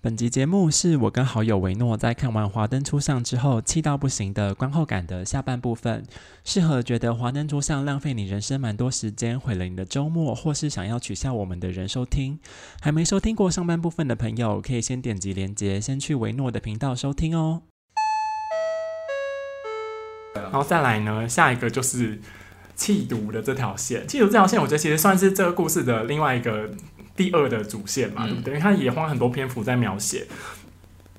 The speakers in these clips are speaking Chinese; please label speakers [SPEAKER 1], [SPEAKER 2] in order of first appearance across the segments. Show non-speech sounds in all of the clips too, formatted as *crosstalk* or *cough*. [SPEAKER 1] 本集节目是我跟好友维诺在看完《华灯初上》之后气到不行的观后感的下半部分，适合觉得《华灯初上》浪费你人生蛮多时间，毁了你的周末，或是想要取笑我们的人收听。还没收听过上半部分的朋友，可以先点击连结，先去维诺的频道收听哦。然后再来呢，下一个就是弃毒的这条线。弃毒这条线，我觉得其实算是这个故事的另外一个第二的主线嘛，
[SPEAKER 2] 嗯
[SPEAKER 1] 对不对？因为它也花很多篇幅在描写。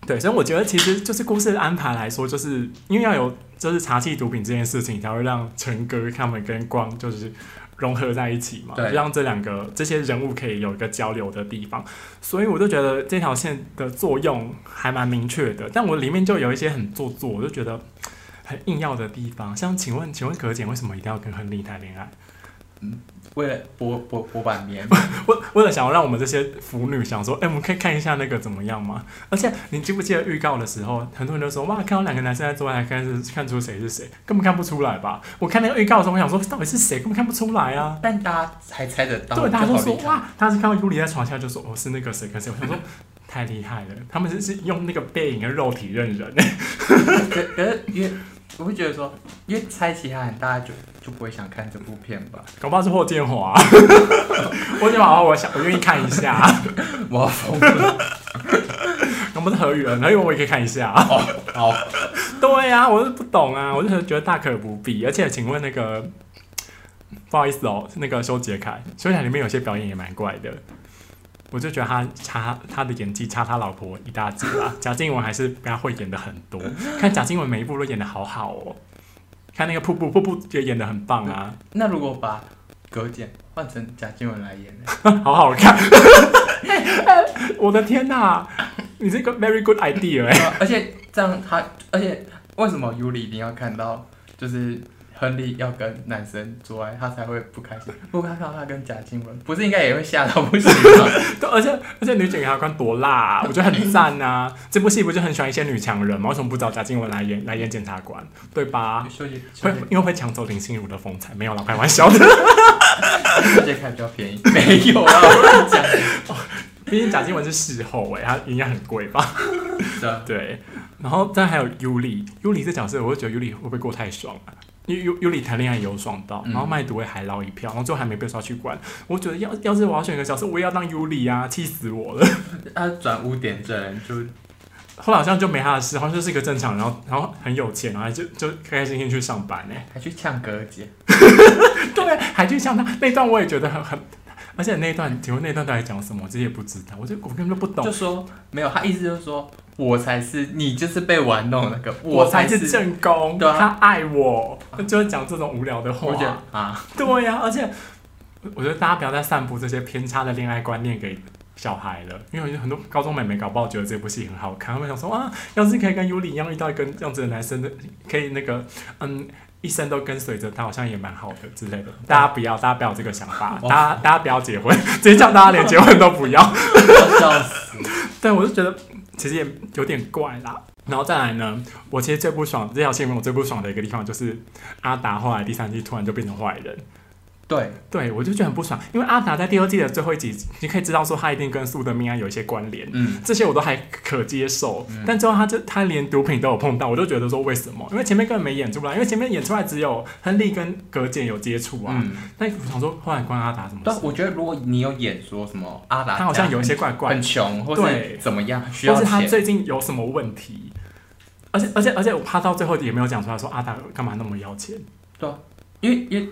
[SPEAKER 1] 对，所以我觉得其实就是故事安排来说，就是因为要有就是查缉毒品这件事情，才会让陈哥他们跟光就是融合在一起嘛，就
[SPEAKER 2] 对
[SPEAKER 1] 让这两个这些人物可以有一个交流的地方。所以我就觉得这条线的作用还蛮明确的，但我里面就有一些很做作，我就觉得很硬要的地方。像请问，请问可姐为什么一定要跟亨利谈恋爱？
[SPEAKER 2] 为了博博博版面， *laughs*
[SPEAKER 1] 为为了想要让我们这些腐女想说，哎、我们可以看一下那个怎么样吗？而且你记不记得预告的时候，很多人都说哇，看到两个男生在做爱，看是看出谁是谁，根本看不出来吧？我看那个预告的时候，我想说到底是谁，根本看不出来啊。
[SPEAKER 2] 但大家还猜得到，
[SPEAKER 1] 对，大家
[SPEAKER 2] 就
[SPEAKER 1] 都
[SPEAKER 2] 好
[SPEAKER 1] 说
[SPEAKER 2] 厉害，
[SPEAKER 1] 哇，大家是看到尤里在床下就说哦是那个谁跟谁，我想说太厉害了，他们是是用那个背影跟肉体认人， *laughs*
[SPEAKER 2] 可可是因为我会觉得说，因为猜其他人，大家就就不会想看这部片吧？ *laughs*
[SPEAKER 1] 搞不好是霍建华。 *laughs* 霍建华，我想我愿意看一下， *laughs*
[SPEAKER 2] 我要疯了！
[SPEAKER 1] 搞不好是何宇恩，何宇文我也可以看一下。
[SPEAKER 2] 好，
[SPEAKER 1] 对呀、啊，我是不懂啊，我就觉得大可不必。而且，请问那个，不好意思哦，那个修杰楷，修杰楷里面有些表演也蛮怪的，我就觉得他差他的演技差他老婆一大截啦。 *laughs* 贾静雯还是比他会演的很多，看贾静雯每一部都演的好好哦。看那个瀑布，瀑布也演的很棒啊， *laughs*
[SPEAKER 2] 那如果把葛简换成贾静雯来演呢？
[SPEAKER 1] 好好看。 *laughs* 我的天哪、你这个 very good idea 哎、
[SPEAKER 2] 对啊而且这样他，而且为什么尤里一定要看到就是亨利要跟男生做爱，他才会不开心？如果他看到他跟贾静雯，不是应该也会吓到不
[SPEAKER 1] *laughs*
[SPEAKER 2] 行吗？
[SPEAKER 1] 对，而且而且女检察官多辣、啊，我觉得很赞啊！这部戏不就很喜欢一些女强人吗？为什么不找贾静雯来演来演检察官，对吧？
[SPEAKER 2] 修杰修
[SPEAKER 1] 会
[SPEAKER 2] 杰
[SPEAKER 1] 因为会抢走林心如的风采，没有啦， *laughs* 开玩笑的。
[SPEAKER 2] 修杰楷比较便宜，没有啊，我
[SPEAKER 1] *laughs*
[SPEAKER 2] 乱讲
[SPEAKER 1] 毕竟贾静雯是事后哎、欸，她应该很贵吧？ *laughs*
[SPEAKER 2] 的。
[SPEAKER 1] 对。然后再还有尤里，尤里这角色，我就觉得尤里会不会过太爽啊？因为尤尤里谈恋爱也有爽到，
[SPEAKER 2] 嗯
[SPEAKER 1] 然后卖毒也海捞一票，然后最后还没被抓去关。我觉得要要是我要选一个角色，我也要当尤里啊，气死我了。
[SPEAKER 2] 他转污点证人就
[SPEAKER 1] 后来好像就没他的事，好像就是一个正常人，然后然后很有钱，然后就就开开心心去上班呢、 *laughs*
[SPEAKER 2] 还去呛葛姐，
[SPEAKER 1] 对，啊还去像他那段，我也觉得很很，而且那一段，请问那一段到底讲什么？我自己也不知道，我就我根本就不
[SPEAKER 2] 就
[SPEAKER 1] 懂。
[SPEAKER 2] 说没有，他意思就是说我才是你就是被玩弄那个，才
[SPEAKER 1] 才是正宫，
[SPEAKER 2] 对啊
[SPEAKER 1] 他爱我，就是讲这种无聊的
[SPEAKER 2] 我觉
[SPEAKER 1] 话。
[SPEAKER 2] 得啊，
[SPEAKER 1] *laughs* 对呀、而且我觉得大家不要再散布这些偏差的恋爱观念给小孩了，因为有很多高中妹妹搞不好觉得这部戏很好看，他们想说啊，要是可以跟尤里一样遇到一个这样子的男生的，可以那个嗯。一生都跟随着他，好像也蛮好的之类的。大家不要，大家不要有这个想法，大
[SPEAKER 2] 哇
[SPEAKER 1] 家大家不要结婚， *laughs* 直接叫大家连结婚都不要。
[SPEAKER 2] 我笑死。
[SPEAKER 1] 对，我就觉得其实也有点怪啦。然后再来呢，我其实最不爽这条新闻，我最不爽的一个地方就是阿达后来第三季突然就变成坏人，
[SPEAKER 2] 对，
[SPEAKER 1] 对我就觉得很不爽，因为阿达在第二季的最后一集，你可以知道说他一定跟苏德命案有一些关联。
[SPEAKER 2] 嗯，
[SPEAKER 1] 这些我都还可接受，但最后他这他连毒品都有碰到，我就觉得说为什么？因为前面根本没演出来，因为前面演出来只有亨利跟葛姐有接触啊。
[SPEAKER 2] 嗯，
[SPEAKER 1] 但我想说，后来关阿达什么
[SPEAKER 2] 对
[SPEAKER 1] 事？，
[SPEAKER 2] 我觉得如果你有演说什么阿达，
[SPEAKER 1] 他好像有一些怪怪的
[SPEAKER 2] 很穷，或
[SPEAKER 1] 对
[SPEAKER 2] 是怎么样，需
[SPEAKER 1] 或
[SPEAKER 2] 要
[SPEAKER 1] 是他
[SPEAKER 2] 钱。
[SPEAKER 1] 最近有什么问题？而且而且而且，他到最后也没有讲出来说阿达干嘛那么要钱。
[SPEAKER 2] 因为因为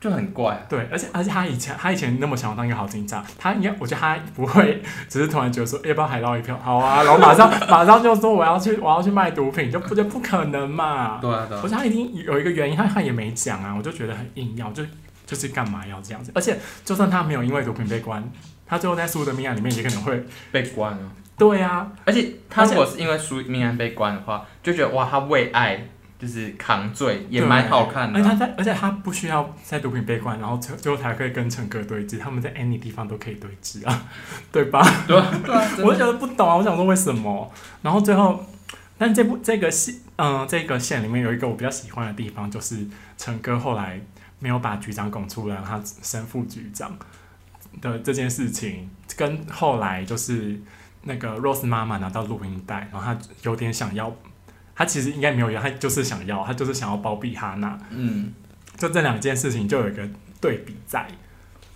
[SPEAKER 2] 就很怪、啊，
[SPEAKER 1] 对，而且而且他以前他以前那么想要当一个好警察，他应该我觉得他不会只是突然觉得说哎要不要海捞一票，好啊，然后马上马上就说我要去我要去卖毒品，就不就不可能嘛。
[SPEAKER 2] 对啊对啊
[SPEAKER 1] 我，觉得他一定有一个原因，他他也没讲啊，我就觉得很硬要，就就是干嘛要这样子？而且就算他没有因为毒品被关，他最后在苏德命案里面也可能会
[SPEAKER 2] 被关了。
[SPEAKER 1] 对啊，
[SPEAKER 2] 而且他
[SPEAKER 1] 而且
[SPEAKER 2] 如果是因为苏明安被关的话，就觉得哇，他为爱就是扛罪，也
[SPEAKER 1] 对哎
[SPEAKER 2] 蛮好看的
[SPEAKER 1] 而且他
[SPEAKER 2] 啊。
[SPEAKER 1] 在，而且他不需要在毒品被关，然后最最后才可以跟陈哥对峙，他们在 any 地方都可以对峙啊，对吧？
[SPEAKER 2] 对啊对啊，真
[SPEAKER 1] 我就
[SPEAKER 2] 的
[SPEAKER 1] 觉得不懂啊，我想说为什么？然后最后，但这部这个戏，嗯、这个线里面有一个我比较喜欢的地方，就是陈哥后来没有把局长拱出来，让他身负局长的这件事情，跟后来就是那个 Rose 妈妈拿到录音带，然后她有点想要，她其实应该没有要，她就是想要，她就是想要包庇哈娜，
[SPEAKER 2] 嗯，
[SPEAKER 1] 就这两件事情就有一个对比在。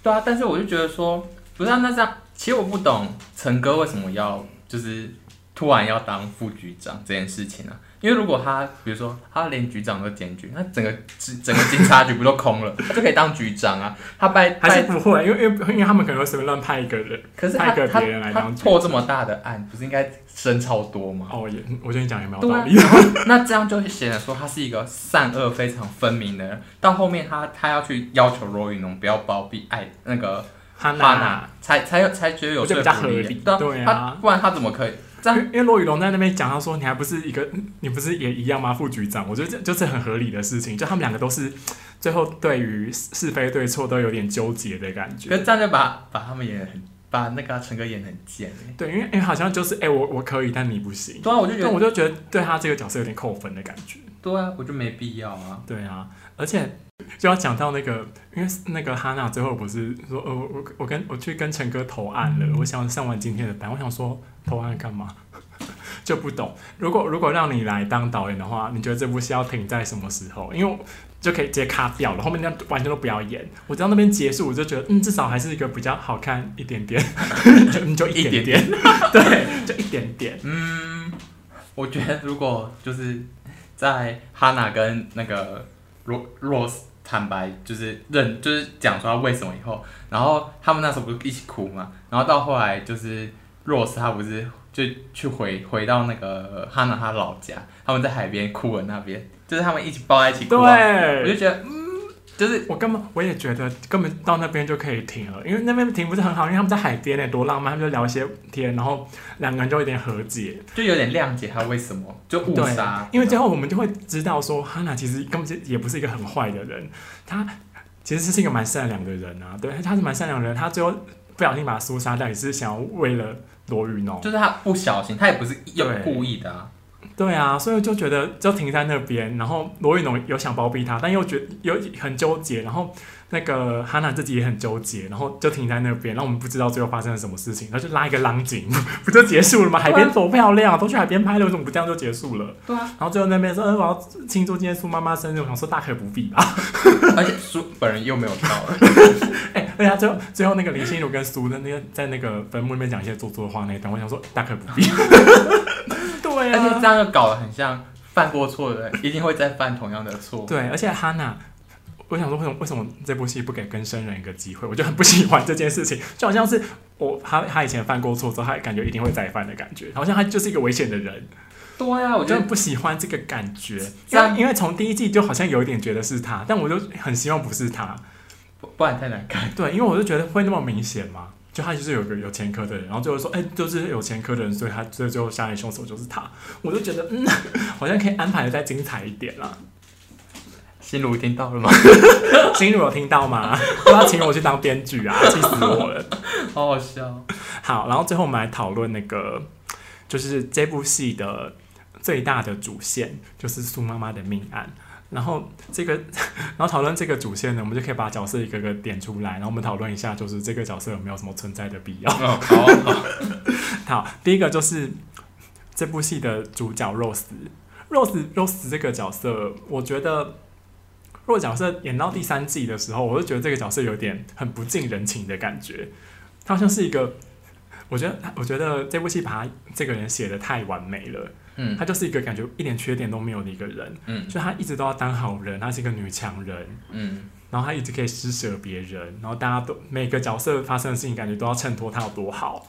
[SPEAKER 2] 对啊，但是我就觉得说，不是、啊、那这样，其实我不懂陈哥为什么要就是突然要当副局长这件事情啊。因为如果他，比如说他连局长都检举，那整个整个警察局不都空了？ *laughs* 他就可以当局长啊。他拜
[SPEAKER 1] 还是
[SPEAKER 2] 拜，
[SPEAKER 1] 不会，因为因为因为他们可能会随便乱派一个人，
[SPEAKER 2] 可是
[SPEAKER 1] 派
[SPEAKER 2] 他
[SPEAKER 1] 一个
[SPEAKER 2] 他
[SPEAKER 1] 别人来
[SPEAKER 2] 他
[SPEAKER 1] 当局
[SPEAKER 2] 破这么大的案，不是应该升超多吗？
[SPEAKER 1] 哦，也我觉得你讲也蛮有
[SPEAKER 2] 对
[SPEAKER 1] 道
[SPEAKER 2] 啊
[SPEAKER 1] 理，
[SPEAKER 2] 然后那这样就显得说他是一个善恶非常分明的人。到后面他他要去要求罗云龙不要包庇爱那个
[SPEAKER 1] 哈娜，
[SPEAKER 2] 巴拿，啊才才有才觉得有
[SPEAKER 1] 我觉
[SPEAKER 2] 说
[SPEAKER 1] 得比较合
[SPEAKER 2] 服
[SPEAKER 1] 理
[SPEAKER 2] 力。对啊，
[SPEAKER 1] 对啊
[SPEAKER 2] 他不然他怎么可以这
[SPEAKER 1] 啊因
[SPEAKER 2] 样？
[SPEAKER 1] 为因为罗宇龙在那边讲，他说你还不是一个，你不是也一样吗？副局长，我觉得这就是很合理的事情，就他们两个都是最后对于是是非对错都有点纠结的感
[SPEAKER 2] 可
[SPEAKER 1] 觉。
[SPEAKER 2] 是这样就把把他们演得很，把那个陈哥演得很贱、欸。
[SPEAKER 1] 对，因为因为好像就是哎、我我可以，但你不行。
[SPEAKER 2] 对啊，我就觉
[SPEAKER 1] 但
[SPEAKER 2] 得
[SPEAKER 1] 我就觉得对他这个角色有点扣分的感觉。
[SPEAKER 2] 对啊，我就没必要啊。
[SPEAKER 1] 对啊，而且就要讲到那个，因为那个哈娜最后不是说，呃，我我我跟我去跟陈哥投案了，我想上完今天的班，我想说投案干嘛？ *laughs* 就不懂。如果如果让你来当导演的话，你觉得这部戏要停在什么时候？因为我就可以直接卡掉了，后面那完全都不要演。我到那边结束，我就觉得，嗯，至少还是一个比较好看一点 *laughs* 点，就你就一点点，对，就一点点。
[SPEAKER 2] 嗯，我觉得如果就是在哈娜跟那个罗 Rose 坦白，就是认就是讲说他为什么以后，然后他们那时候不是一起哭嘛，然后到后来就是 Rose 她不是就去回回到那个哈娜她老家，他们在海边哭的那边，就是他们一起抱在一起哭、啊，我就
[SPEAKER 1] 对，
[SPEAKER 2] 觉得嗯，就是
[SPEAKER 1] 我根本我也觉得根本到那边就可以停了，因为那边停不是很好，因为他们在海边呢，多浪漫，他们就聊一些天，然后两个人就有点和解。
[SPEAKER 2] 就有点谅解他为什么就误
[SPEAKER 1] 对
[SPEAKER 2] 杀，，
[SPEAKER 1] 因为最后我们就会知道说，哈娜其实根本就也不是一个很坏的人，她其实是一个蛮善良的人啊。对，她是蛮善良的人，她最后不小心把苏杀掉，也是想要为了罗宇农。
[SPEAKER 2] 就是他不小心，他也不是有
[SPEAKER 1] 对
[SPEAKER 2] 故意的啊。
[SPEAKER 1] 对啊，所以我就觉得就停在那边，然后罗宇农有想包庇他，但又觉有很纠结，然后那个哈娜自己也很纠结，然后就停在那边，然后我们不知道最后发生了什么事情，然后就拉一个浪景， *laughs* 不就结束了吗？海边多漂亮，都去海边拍了，为什么不这样就结束了？
[SPEAKER 2] 对啊。
[SPEAKER 1] 然后最后那边说，嗯、我要庆祝今天苏妈妈生日，我想说大可不必吧。 *laughs*
[SPEAKER 2] 而且书本人又没有到，
[SPEAKER 1] 哎、而且他最后最后那个林心如跟苏的那个在那个坟墓里面讲一些做作的话那一段，我想说大可不必。 *laughs* 对
[SPEAKER 2] *laughs* 而
[SPEAKER 1] 啊，
[SPEAKER 2] 且这样就搞得很像犯过错的 *laughs* 人一定会再犯同样的错。
[SPEAKER 1] 对，而且哈娜，我想说为什么为什么这部戏不给更生人一个机会？我就很不喜欢这件事情，就好像是我他他以前犯过错之后，他感觉一定会再犯的感觉，好像他就是一个危险的人，
[SPEAKER 2] 对啊，我
[SPEAKER 1] 我
[SPEAKER 2] 觉
[SPEAKER 1] 就
[SPEAKER 2] 得
[SPEAKER 1] 很不喜欢这个感觉。
[SPEAKER 2] 这
[SPEAKER 1] 因
[SPEAKER 2] 样
[SPEAKER 1] 为因为从第一季就好像有一点觉得是他，但我就很希望不是他。
[SPEAKER 2] 不不然太难看。
[SPEAKER 1] 对，因为我就觉得会那么明显嘛。就他就是有个有前科的人，然后最后说，哎、就是有前科的人，所以他最最后杀人凶手就是他。我就觉得，嗯， *laughs* 好像可以安排的再精彩一点啦。
[SPEAKER 2] 心如听到了 *laughs* 吗？
[SPEAKER 1] 秦如有听到吗？ *laughs* 不要请我去当编剧啊， *laughs* 气死我了。
[SPEAKER 2] 好好笑。
[SPEAKER 1] 好，然后最后我们来讨论那个，就是这部戏的最大的主线，就是苏妈妈的命案。然后这个， *laughs* 然后讨论这个主线呢，我们就可以把角色一个个点出来，然后我们讨论一下，就是这个角色有没有什么存在的必要。
[SPEAKER 2] 哦，好好。
[SPEAKER 1] 好，第一个就是这部戏的主角 Rose，Rose Rose 这个角色，我觉得如果角色演到第三季的时候，我就觉得这个角色有点很不近人情的感觉，他好像是一个。我觉得，我觉得这部戏把他这个人写的太完美了，
[SPEAKER 2] 嗯
[SPEAKER 1] 他就是一个感觉一点缺点都没有的一个人，
[SPEAKER 2] 嗯
[SPEAKER 1] 就他一直都要当好人，他是一个女强人，
[SPEAKER 2] 嗯，
[SPEAKER 1] 然后他一直可以施舍别人，然后大家都每个角色发生的事情，感觉都要衬托他有多好。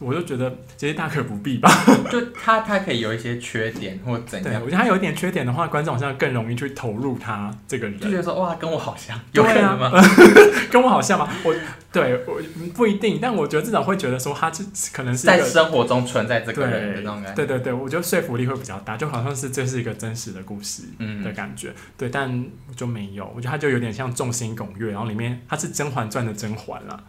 [SPEAKER 1] 我就觉得其实大可不必吧。
[SPEAKER 2] 就他他可以有一些缺点或怎
[SPEAKER 1] 对，
[SPEAKER 2] 样，
[SPEAKER 1] 我觉得他有一点缺点的话，观众好像更容易去投入他这个
[SPEAKER 2] 就觉
[SPEAKER 1] 人。
[SPEAKER 2] 得说哇跟我好像，有
[SPEAKER 1] 对
[SPEAKER 2] 可
[SPEAKER 1] 啊
[SPEAKER 2] 能吗？
[SPEAKER 1] *laughs* 跟我好像吗？我对我不一定，但我觉得至少会觉得说他这可能是一
[SPEAKER 2] 在
[SPEAKER 1] 个
[SPEAKER 2] 生活中存在这个人的那种
[SPEAKER 1] 对
[SPEAKER 2] 感
[SPEAKER 1] 对
[SPEAKER 2] 觉。
[SPEAKER 1] 对对，我觉得说服力会比较大，就好像是这是一个真实的故事。的
[SPEAKER 2] 嗯，
[SPEAKER 1] 感觉，对，但就没有，我觉得它就有点像众星拱月，然后里面它是《甄嬛传》的甄嬛
[SPEAKER 2] *laughs*
[SPEAKER 1] 啦，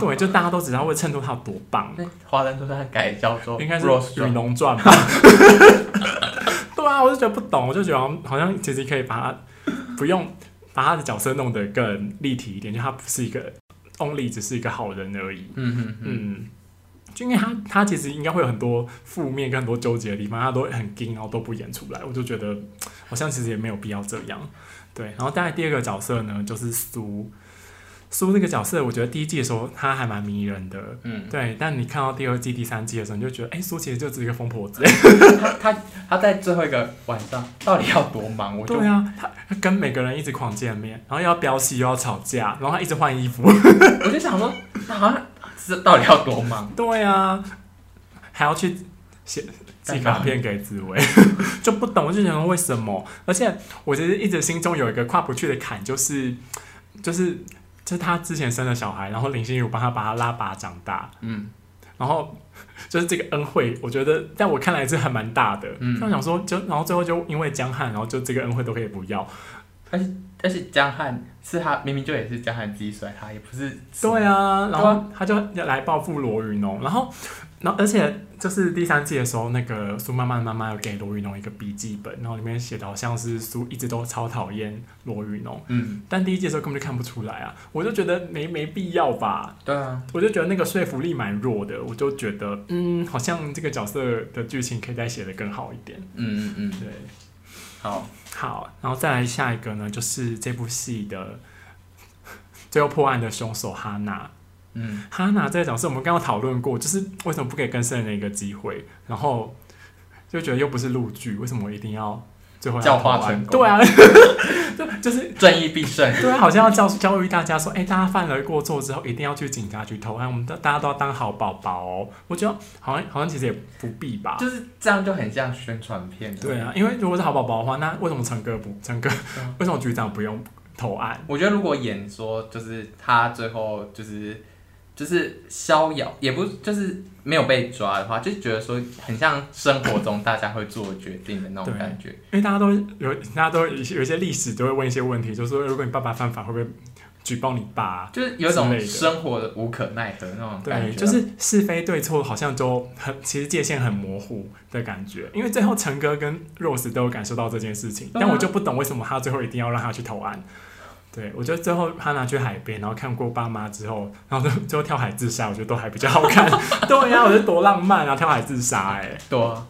[SPEAKER 1] 对，就大家都知道会衬托她有多棒，
[SPEAKER 2] 那华灯初上改叫做
[SPEAKER 1] 应该是
[SPEAKER 2] Rose
[SPEAKER 1] 《
[SPEAKER 2] 妆
[SPEAKER 1] 雨龙传》吧？对啊，我就觉得不懂，我就觉得好像好像其实可以把它不用把他的角色弄得更立体一点，就他不是一个 only 只是一个好人而已。
[SPEAKER 2] 嗯嗯嗯，
[SPEAKER 1] 嗯，就因为他他其实应该会有很多负面跟很多纠结的地方，他都很硬，然后都不演出来，我就觉得好像其实也没有必要这样。对，然后大概第二个角色呢就是苏，苏这个角色我觉得第一季的时候他还蛮迷人的，
[SPEAKER 2] 嗯，
[SPEAKER 1] 对，但你看到第二季、第三季的时候，你就觉得，哎、苏其实就只是一个疯婆子。
[SPEAKER 2] 嗯他他他在最后一个晚上到底要多忙？我就
[SPEAKER 1] 对啊，他他跟每个人一直狂见面，然后又要飙戏，又要吵架，然后他一直换衣服。
[SPEAKER 2] 我就想说，那好像这到底要多忙？
[SPEAKER 1] 对啊，还要去写寄卡片给紫薇， *laughs* 就不懂，我就想说为什么？而且我其实一直心中有一个跨不去的坎，就是就是就是他之前生了小孩，然后林心如帮他把他拉拔长大，
[SPEAKER 2] 嗯，
[SPEAKER 1] 然后就是这个恩惠，我觉得在我看来是还蛮大的。
[SPEAKER 2] 嗯
[SPEAKER 1] 那我想说就，然后最后就因为江汉，然后就这个恩惠都可以不要。
[SPEAKER 2] 但是江汉是他明明就也是江汉自己甩他，也不是
[SPEAKER 1] 对啊，然
[SPEAKER 2] 对
[SPEAKER 1] 后他就要来报复罗云龙，然后，然后而且就是第三季的时候，那个苏妈妈的妈妈有给罗云龙一个笔记本，然后里面写的好像是苏一直都超讨厌罗云龙，
[SPEAKER 2] 嗯，
[SPEAKER 1] 但第一季的时候根本就看不出来啊，我就觉得没没必要吧，
[SPEAKER 2] 对啊，
[SPEAKER 1] 我就觉得那个说服力蛮弱的，我就觉得嗯，好像这个角色的剧情可以再写得更好一点，
[SPEAKER 2] 嗯嗯嗯，
[SPEAKER 1] 对。
[SPEAKER 2] 好，
[SPEAKER 1] 好，然后再来下一个呢，就是这部戏的最后破案的凶手哈娜。
[SPEAKER 2] 嗯
[SPEAKER 1] 哈娜这个角色我们刚刚讨论过，就是为什么不给更生人一个机会，然后就觉得又不是录剧，为什么一定要最后要
[SPEAKER 2] 教化
[SPEAKER 1] 投案
[SPEAKER 2] 成功
[SPEAKER 1] 对啊， *laughs* 对，就是
[SPEAKER 2] 正义必胜，
[SPEAKER 1] 对啊，好像要教教育大家说，哎、大家犯了过错之后，一定要去警察局投案，我们大大家都要当好宝宝哦。我觉得好像好像其实也不必吧。
[SPEAKER 2] 就是这样就很像宣传片。
[SPEAKER 1] 对，啊，因为如果是好宝宝的话，那为什么陈哥不陈哥
[SPEAKER 2] 对啊？
[SPEAKER 1] 为什么局长不用投案？
[SPEAKER 2] 我觉得如果演说就是他最后就是就是逍遥，也不就是没有被抓的话，就觉得说很像生活中大家会做决定的那种
[SPEAKER 1] 对
[SPEAKER 2] 感觉。
[SPEAKER 1] 因为大家都有，大家都有一些有一些历史都会问一些问题，就是说如果你爸爸犯法，会不会举报你爸啊、
[SPEAKER 2] 就是有一
[SPEAKER 1] 之
[SPEAKER 2] 种
[SPEAKER 1] 类的
[SPEAKER 2] 生活的无可奈何那种感
[SPEAKER 1] 对，哎
[SPEAKER 2] 觉，
[SPEAKER 1] 就是是非对错好像都很，其实界限很模糊的感觉。因为最后陈哥跟 Rose 都有感受到这件事情，
[SPEAKER 2] 对啊
[SPEAKER 1] 但我就不懂为什么他最后一定要让他去投案。对，我觉得最后他拿去海边，然后看过爸妈之后，然后就最后跳海自杀，我觉得都还比较好
[SPEAKER 2] *laughs*
[SPEAKER 1] 看。对呀、我觉得多浪漫啊，跳海自杀哎、
[SPEAKER 2] 对啊，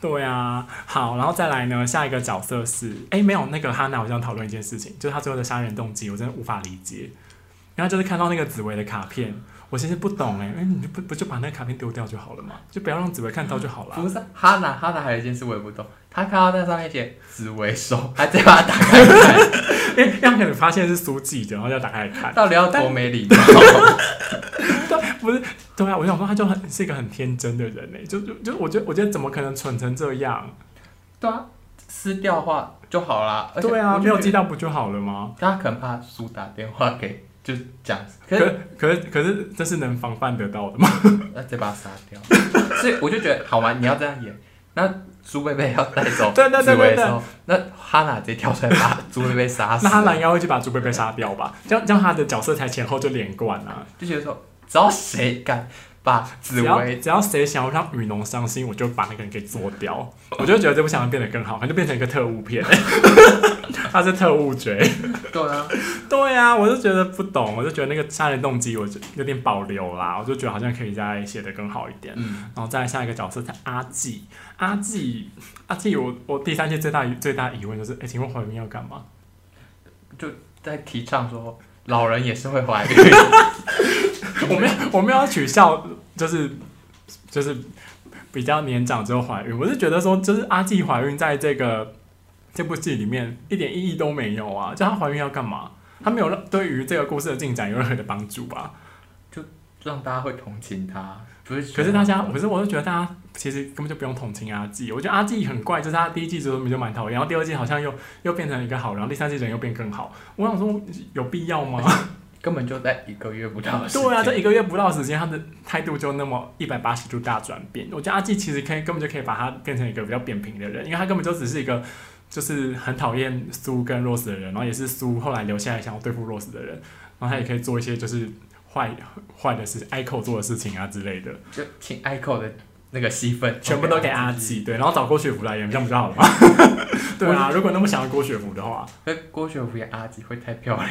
[SPEAKER 1] 对啊，好，然后再来呢，下一个角色是，哎，没有，那个哈娜，我想讨论一件事情，就是她最后的杀人动机，我真的无法理解。然后就是看到那个紫薇的卡片，我其实不懂哎，哎，你就不不就把那个卡片丢掉就好了嘛，就不要让紫薇看到就好了。啊
[SPEAKER 2] 不是哈娜哈娜还有一件事我也不懂，他看到那上面写紫薇手，还直接把它打开看，
[SPEAKER 1] 因为让你发现是苏记的，然后就打开来看。
[SPEAKER 2] 到底要多没礼貌？
[SPEAKER 1] 对，不是，对啊，我想说他就很是一个很天真的人哎，就就就我觉得我觉得怎么可能蠢成这样？
[SPEAKER 2] *laughs* 对啊，撕掉的话就好啦。而且
[SPEAKER 1] 对啊，
[SPEAKER 2] 我就
[SPEAKER 1] 没有
[SPEAKER 2] 觉得
[SPEAKER 1] 寄到不就好了吗？
[SPEAKER 2] 他可能怕苏打电话给，就讲，
[SPEAKER 1] 可
[SPEAKER 2] 可是
[SPEAKER 1] 可是可是这是能防范得到的吗？
[SPEAKER 2] 那再把他杀掉，所以我就觉得好玩，你要这样演。那苏贝贝要带走
[SPEAKER 1] 对对对对
[SPEAKER 2] 紫薇的时候，那哈娜直接跳出来把苏贝贝杀死
[SPEAKER 1] 那， *laughs* 哈兰应该会去把猪贝贝杀掉吧？这样这样他的角色才前后就连贯啊。
[SPEAKER 2] 就觉得说，只要谁敢把紫
[SPEAKER 1] 只要
[SPEAKER 2] 薇，
[SPEAKER 1] 只要谁想要让雨农伤心，我就把那个人给做掉。我就觉得这部想要变得更好，它就变成一个特务
[SPEAKER 2] *laughs*
[SPEAKER 1] 片。他是特务追，
[SPEAKER 2] 对啊，
[SPEAKER 1] 对啊，我就觉得不懂，我就觉得那个杀人动机我就有点保留啦，我就觉得好像可以再写得更好一点。
[SPEAKER 2] 嗯，
[SPEAKER 1] 然后再来下一个角色是阿纪，阿纪，阿纪我，我第三季最大最大疑问就是，哎、请问怀孕要干嘛？
[SPEAKER 2] 在提倡说老人也是会
[SPEAKER 1] *laughs*
[SPEAKER 2] 怀孕，
[SPEAKER 1] 我没有， *laughs* 我没有要取笑，就是就是比较年长之后怀孕，我是觉得说，就是阿纪怀孕在这个这部剧里面一点意义都没有啊！就她怀孕要干嘛？她没有让对于这个故事的进展有任何的帮助吧？
[SPEAKER 2] 让大家会同情他，不是？啊
[SPEAKER 1] 可是大家，可是我就觉得大家其实根本就不用同情阿纪。我觉得阿纪很怪，就是他第一季之后就蛮讨厌，然后第二季好像又又变成一个好，然后第三季人又变更好。我想说，有必要吗？
[SPEAKER 2] 根本就在一个月不到的时间，
[SPEAKER 1] 对啊，这一个月不到的时间，他的态度就那么一百八十度大转变。我觉得阿纪其实可以根本就可以把他变成一个比较扁平的人，因为他根本就只是一个就是很讨厌苏跟 Rose 的人，然后也是苏后来留下来想要对付 Rose 的人，然后他也可以做一些就是坏坏的事，艾蔻做的事情啊之类的。
[SPEAKER 2] 就请 Echo 的那个戏份
[SPEAKER 1] 全部都给阿纪，对，然后找郭雪芙来演，这样不就 *laughs* 好了吗？对啊，如果那么想要郭雪芙的话，
[SPEAKER 2] 可是郭雪芙演阿吉会太漂亮，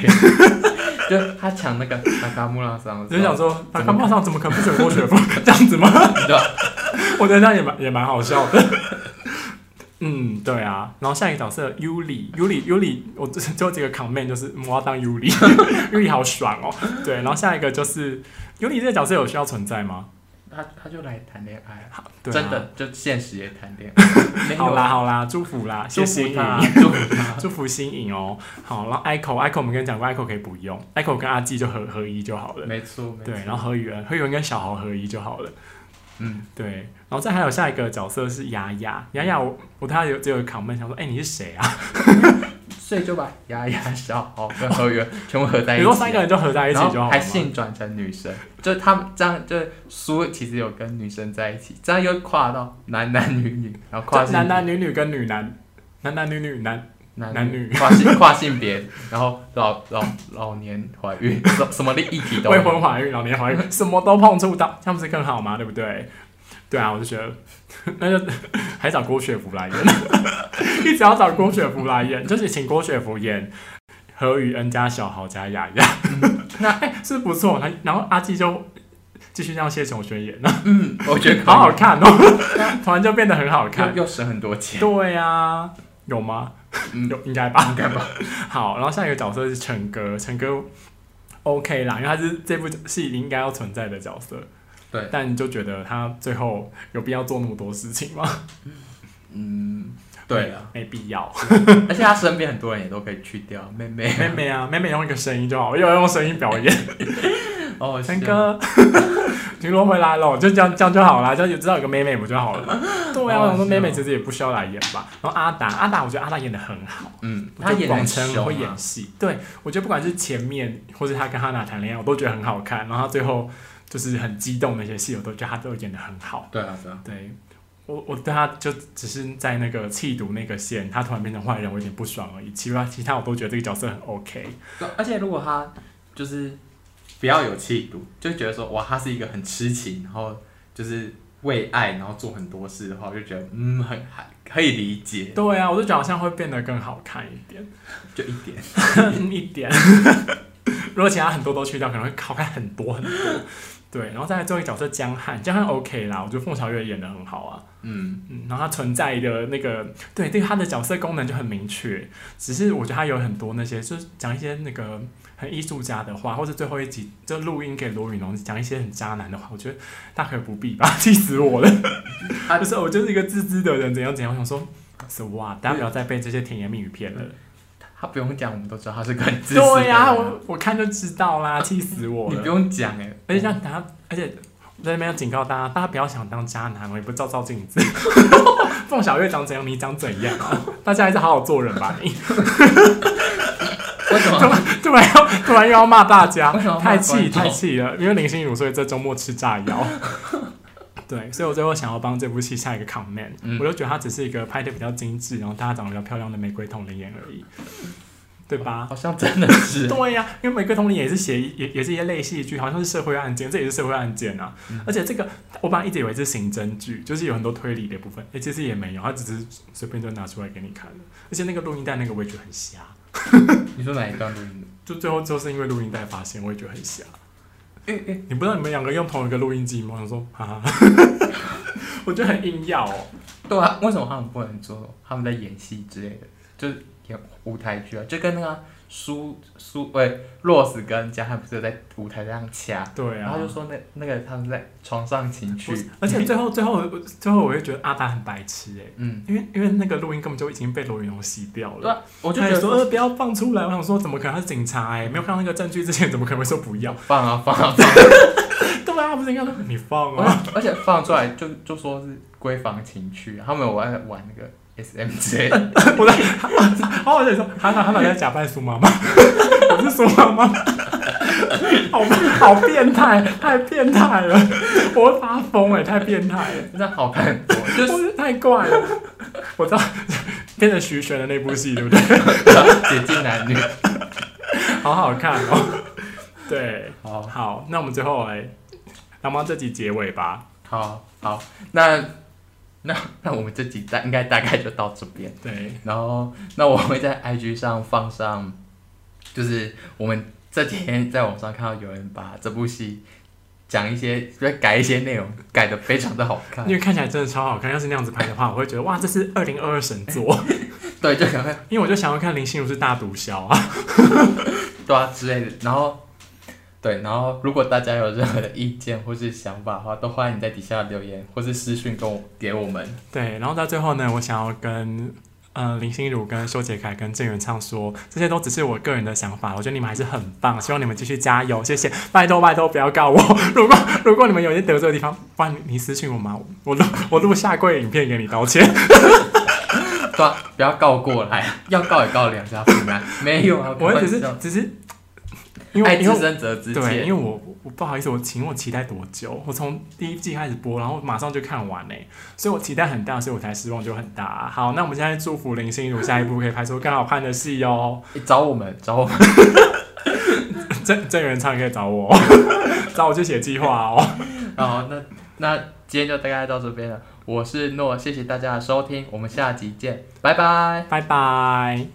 [SPEAKER 2] *laughs* 就他抢那个达卡穆拉桑的时
[SPEAKER 1] 就
[SPEAKER 2] 候，
[SPEAKER 1] 是想说，打看报上怎么可能不选郭雪芙 *laughs* 这样子吗？
[SPEAKER 2] 对吧？
[SPEAKER 1] *laughs* 我觉得这样也蛮也蛮好笑的。嗯，对啊，然后下一个角色尤里，尤里，尤里，我最最后这个 comment 就是嗯我要当 *laughs* 尤里，尤里好爽哦。对，然后下一个就是尤里这个角色有需要存在吗？
[SPEAKER 2] 他他就来谈恋爱啊，
[SPEAKER 1] *laughs* 对啊
[SPEAKER 2] 真的就现实也谈恋
[SPEAKER 1] *laughs*
[SPEAKER 2] 爱，没
[SPEAKER 1] 好
[SPEAKER 2] 有
[SPEAKER 1] 啦
[SPEAKER 2] 啦，
[SPEAKER 1] 好啦，祝福啦，
[SPEAKER 2] 祝
[SPEAKER 1] 谢谢
[SPEAKER 2] 福
[SPEAKER 1] 你。
[SPEAKER 2] 他，祝福他，
[SPEAKER 1] 祝福新颖哦，好，然后 Echo，Echo 我们跟你讲过，Echo 可以不用，Echo 跟阿纪就合合一就好了，
[SPEAKER 2] 没错，没错
[SPEAKER 1] *laughs* 对，然后何雨恩，何雨恩跟小豪合一就好了，
[SPEAKER 2] 嗯，
[SPEAKER 1] 对，然后再还有下一个角色是雅雅，雅雅我我他有只有 comment 想说，哎、你是谁啊？
[SPEAKER 2] 所以就把雅雅、小豪跟何源全部合在一
[SPEAKER 1] 你 *laughs*
[SPEAKER 2] 起，啊
[SPEAKER 1] 说三个人就合在一起
[SPEAKER 2] 然
[SPEAKER 1] 就
[SPEAKER 2] 后
[SPEAKER 1] 好
[SPEAKER 2] 还
[SPEAKER 1] 了
[SPEAKER 2] 性转成女生，就他们这样，就苏其实有跟女生在一起，这样又跨到男男女女，然后跨
[SPEAKER 1] 嘛，就
[SPEAKER 2] 性
[SPEAKER 1] 男男女女跟女男，男男女女男，
[SPEAKER 2] 男
[SPEAKER 1] 男女
[SPEAKER 2] 跨性跨性别，然后老老老年怀孕，什什么的议题都
[SPEAKER 1] 未
[SPEAKER 2] 有。
[SPEAKER 1] 婚怀孕、老年怀孕，什么都碰触到，这样不是更好吗？对不对？对啊，我就觉得，那就还找郭雪芙来演， *laughs* 一直要找郭雪芙来演，就是请郭雪芙演何雨恩加小豪加雅雅，
[SPEAKER 2] 嗯
[SPEAKER 1] 那 *laughs* 哎、是不错。然后然后阿纪就继续让谢琼轩演，
[SPEAKER 2] 嗯，我觉得可
[SPEAKER 1] *laughs*
[SPEAKER 2] 以
[SPEAKER 1] 好好看哦，
[SPEAKER 2] *laughs*
[SPEAKER 1] 突然就变得很好看。
[SPEAKER 2] 又又省很多钱，
[SPEAKER 1] 对啊，有吗？
[SPEAKER 2] 嗯
[SPEAKER 1] 有应该吧。
[SPEAKER 2] 应该吧？
[SPEAKER 1] *laughs* 好，然后下一个角色是陈哥，陈哥 OK 啦，因为他是这部戏里应该要存在的角色。
[SPEAKER 2] 对
[SPEAKER 1] 但你就觉得他最后有必要做那么多事情吗？
[SPEAKER 2] *laughs* 嗯，对啊，
[SPEAKER 1] 没必要。嗯
[SPEAKER 2] 而且他身边很多人也都可以去掉，妹妹，
[SPEAKER 1] 妹妹啊，妹妹用一个声音就好，又要用声音表
[SPEAKER 2] *laughs*
[SPEAKER 1] 演。
[SPEAKER 2] 哦，
[SPEAKER 1] 陈
[SPEAKER 2] 是啊，
[SPEAKER 1] 哥，巡逻回来了，就这样这样就好了，这样就知道有个妹妹不就好了吗？对啊，
[SPEAKER 2] 好好
[SPEAKER 1] 我说妹妹
[SPEAKER 2] 笑
[SPEAKER 1] 其实也不需要来演吧。然后阿达，阿达我觉得阿达演的很好。
[SPEAKER 2] 嗯，
[SPEAKER 1] 我
[SPEAKER 2] 他
[SPEAKER 1] 觉得
[SPEAKER 2] 演
[SPEAKER 1] 广
[SPEAKER 2] 很
[SPEAKER 1] 成
[SPEAKER 2] 凶
[SPEAKER 1] 很会
[SPEAKER 2] 啊
[SPEAKER 1] 演戏，对我觉得不管是前面或是他跟哈娜谈恋爱，我都觉得很好看。然后他最后就是很激动的一些戏，我都觉得他都演的很好。
[SPEAKER 2] 对啊，对啊，
[SPEAKER 1] 对我，我对他就只是在那个气毒那个线，他突然变成坏人，我有点不爽而已。其他其他我都觉得这个角色很 OK。
[SPEAKER 2] 对而且如果他就是不要有气度，就觉得说哇，他是一个很痴情，然后就是为爱，然后做很多事的话，我就觉得嗯，很还可以理解，
[SPEAKER 1] 对啊，我就觉得好像会变得更好看一点， *laughs* 嗯
[SPEAKER 2] 就一点，
[SPEAKER 1] 一点。 *laughs* 如果其他很多都去掉，可能会好看很多很多。对，然后再来最后一个角色江汉，江汉 OK 啦，我觉得凤小岳演的很好啊。
[SPEAKER 2] 嗯，
[SPEAKER 1] 嗯，然后他存在的那个，对对，他的角色功能就很明确。只是我觉得他有很多那些，就是讲一些那个很艺术家的话，或者最后一集就录音给罗宇农讲一些很渣男的话，我觉得大可不必吧， *laughs* 气死我了。
[SPEAKER 2] 他
[SPEAKER 1] 就是哦我就是一个自私的人，怎样怎样，我想说。是哇，大家不要再被这些甜言蜜语骗了。
[SPEAKER 2] 他不用讲，我们都知道他是个很自私的人
[SPEAKER 1] 对呀、我我看就知道啦，气死我
[SPEAKER 2] 啊你
[SPEAKER 1] 了
[SPEAKER 2] 不。用讲哎，
[SPEAKER 1] 而且像大家，而且我在那边要警告大家，大家不要想当渣男，哦我也不照照镜子。 *laughs* 凤小岳长怎样，你长怎样啊？大家还是好好做人吧。你
[SPEAKER 2] 为什么？
[SPEAKER 1] 突然要突然又要骂大家
[SPEAKER 2] 为什么要，骂
[SPEAKER 1] 太气
[SPEAKER 2] 观众
[SPEAKER 1] 太气了。因为林心如，所以这周末吃炸药。 *laughs* 对，所以我最后想要帮这部戏下一个 comment，、
[SPEAKER 2] 嗯
[SPEAKER 1] 我就觉得它只是一个拍的比较精致，然后大家长得比较漂亮的玫瑰同龄眼而已，对吧？
[SPEAKER 2] 好像真的是，
[SPEAKER 1] 对呀、因为玫瑰童林也是写一也也是一些类戏剧，好像是社会案件，这也是社会案件啊。
[SPEAKER 2] 嗯
[SPEAKER 1] 而且这个我本来一直以为是刑侦剧，就是有很多推理的部分，哎、其实也没有，他只是随便就拿出来给你看的。而且那个录音带那个我也觉得很瞎，
[SPEAKER 2] *laughs* 你说哪一段录音？
[SPEAKER 1] 就最后就是因为录音带发现，我也觉得很瞎。
[SPEAKER 2] 诶诶，
[SPEAKER 1] 你不知道你们两个用同一个录音机吗？我说啊， *laughs* 我觉得很硬要哦。
[SPEAKER 2] 对啊，为什么他们不能做？他们在演戏之类的，就是演舞台剧啊，就跟那个苏苏喂 Rose 跟江汉不是有在舞台上掐，
[SPEAKER 1] 对
[SPEAKER 2] 然
[SPEAKER 1] 啊
[SPEAKER 2] 后，就说那那个他们在床上情
[SPEAKER 1] 不是
[SPEAKER 2] 趣，
[SPEAKER 1] 而且最后最后我最后我就觉得阿达很白痴哎、
[SPEAKER 2] 嗯，
[SPEAKER 1] 因为因为那个录音根本就已经被罗云龙洗掉了
[SPEAKER 2] 对。啊，我
[SPEAKER 1] 我
[SPEAKER 2] 就
[SPEAKER 1] 就
[SPEAKER 2] 觉得
[SPEAKER 1] 说呃不要放出来，我想说怎么可能他是警察哎、没有看到那个证据之前怎么可能会说不要？ *laughs*
[SPEAKER 2] 放啊 *laughs* 放啊放啊，
[SPEAKER 1] 对啊，不是应该说你放 *laughs*
[SPEAKER 2] 我
[SPEAKER 1] 啊？
[SPEAKER 2] 就而且放出来就就说是闺房情趣啊，他们有在玩那个 SM 之
[SPEAKER 1] *laughs*
[SPEAKER 2] 类的，
[SPEAKER 1] 我在，然后我就说韩导韩导在假扮苏妈妈，我是苏妈妈，好好变态，太变态了，我会发疯哎、太变态了，
[SPEAKER 2] 真的好看很多，就是
[SPEAKER 1] 我觉得太怪了，我知道。变成徐玄的那部戏，对不对？
[SPEAKER 2] 啊解禁男女，
[SPEAKER 1] 好好看哦。对，
[SPEAKER 2] 好，
[SPEAKER 1] 好，那我们最后来，那我们这集结尾吧。
[SPEAKER 2] 好好，那那那我们这集大应该大概就到这边。
[SPEAKER 1] 对，
[SPEAKER 2] 然后那我会在 IG 上放上，就是我们这几天在网上看到有人把这部戏讲一些，就是改一些内容，改的非常的好
[SPEAKER 1] *laughs*
[SPEAKER 2] 看
[SPEAKER 1] 因。为看起来真的超好看。要是那样子拍的话，我会觉得哇，这是二零二二神作。 *laughs*
[SPEAKER 2] 对，就可能会
[SPEAKER 1] 因为我就想要看林心如是大毒枭啊。 *laughs*
[SPEAKER 2] 对啊之类的。然后对，然后如果大家有任何的意见或是想法的话，都欢迎在底下留言或是私讯跟我给我们。
[SPEAKER 1] 对，然后到最后呢，我想要跟呃林心如、跟修杰楷、跟郑元畅说，这些都只是我个人的想法，我觉得你们还是很棒，希望你们继续加油，谢谢，拜托拜托不要告我。 *laughs* 如果如果你们有一些得罪的地方，不然你私信我嘛，我录我录下跪影片给你道歉。
[SPEAKER 2] 对啊，不要告过来，要告也告两家不然没有啊，
[SPEAKER 1] *laughs* 我只
[SPEAKER 2] 开玩
[SPEAKER 1] 是
[SPEAKER 2] 笑哎
[SPEAKER 1] 只是因
[SPEAKER 2] 爱
[SPEAKER 1] 为
[SPEAKER 2] 之
[SPEAKER 1] 因为
[SPEAKER 2] 深责之
[SPEAKER 1] 对，因为。
[SPEAKER 2] 切
[SPEAKER 1] 我我不好意思，我请我期待多久？我从第一季开始播，然后马上就看完嘞、所以我期待很大，所以我才失望就很大啊、好，那我们现在祝福林心如下一部可以拍出更好看的戏哦。
[SPEAKER 2] 找我们，找我们，
[SPEAKER 1] 郑郑元畅可以找我 *laughs* 哦，找我去写计划哦。
[SPEAKER 2] 好，那那今天就大概到这边了。我是诺，谢谢大家的收听，我们下集见，拜拜。
[SPEAKER 1] 拜拜。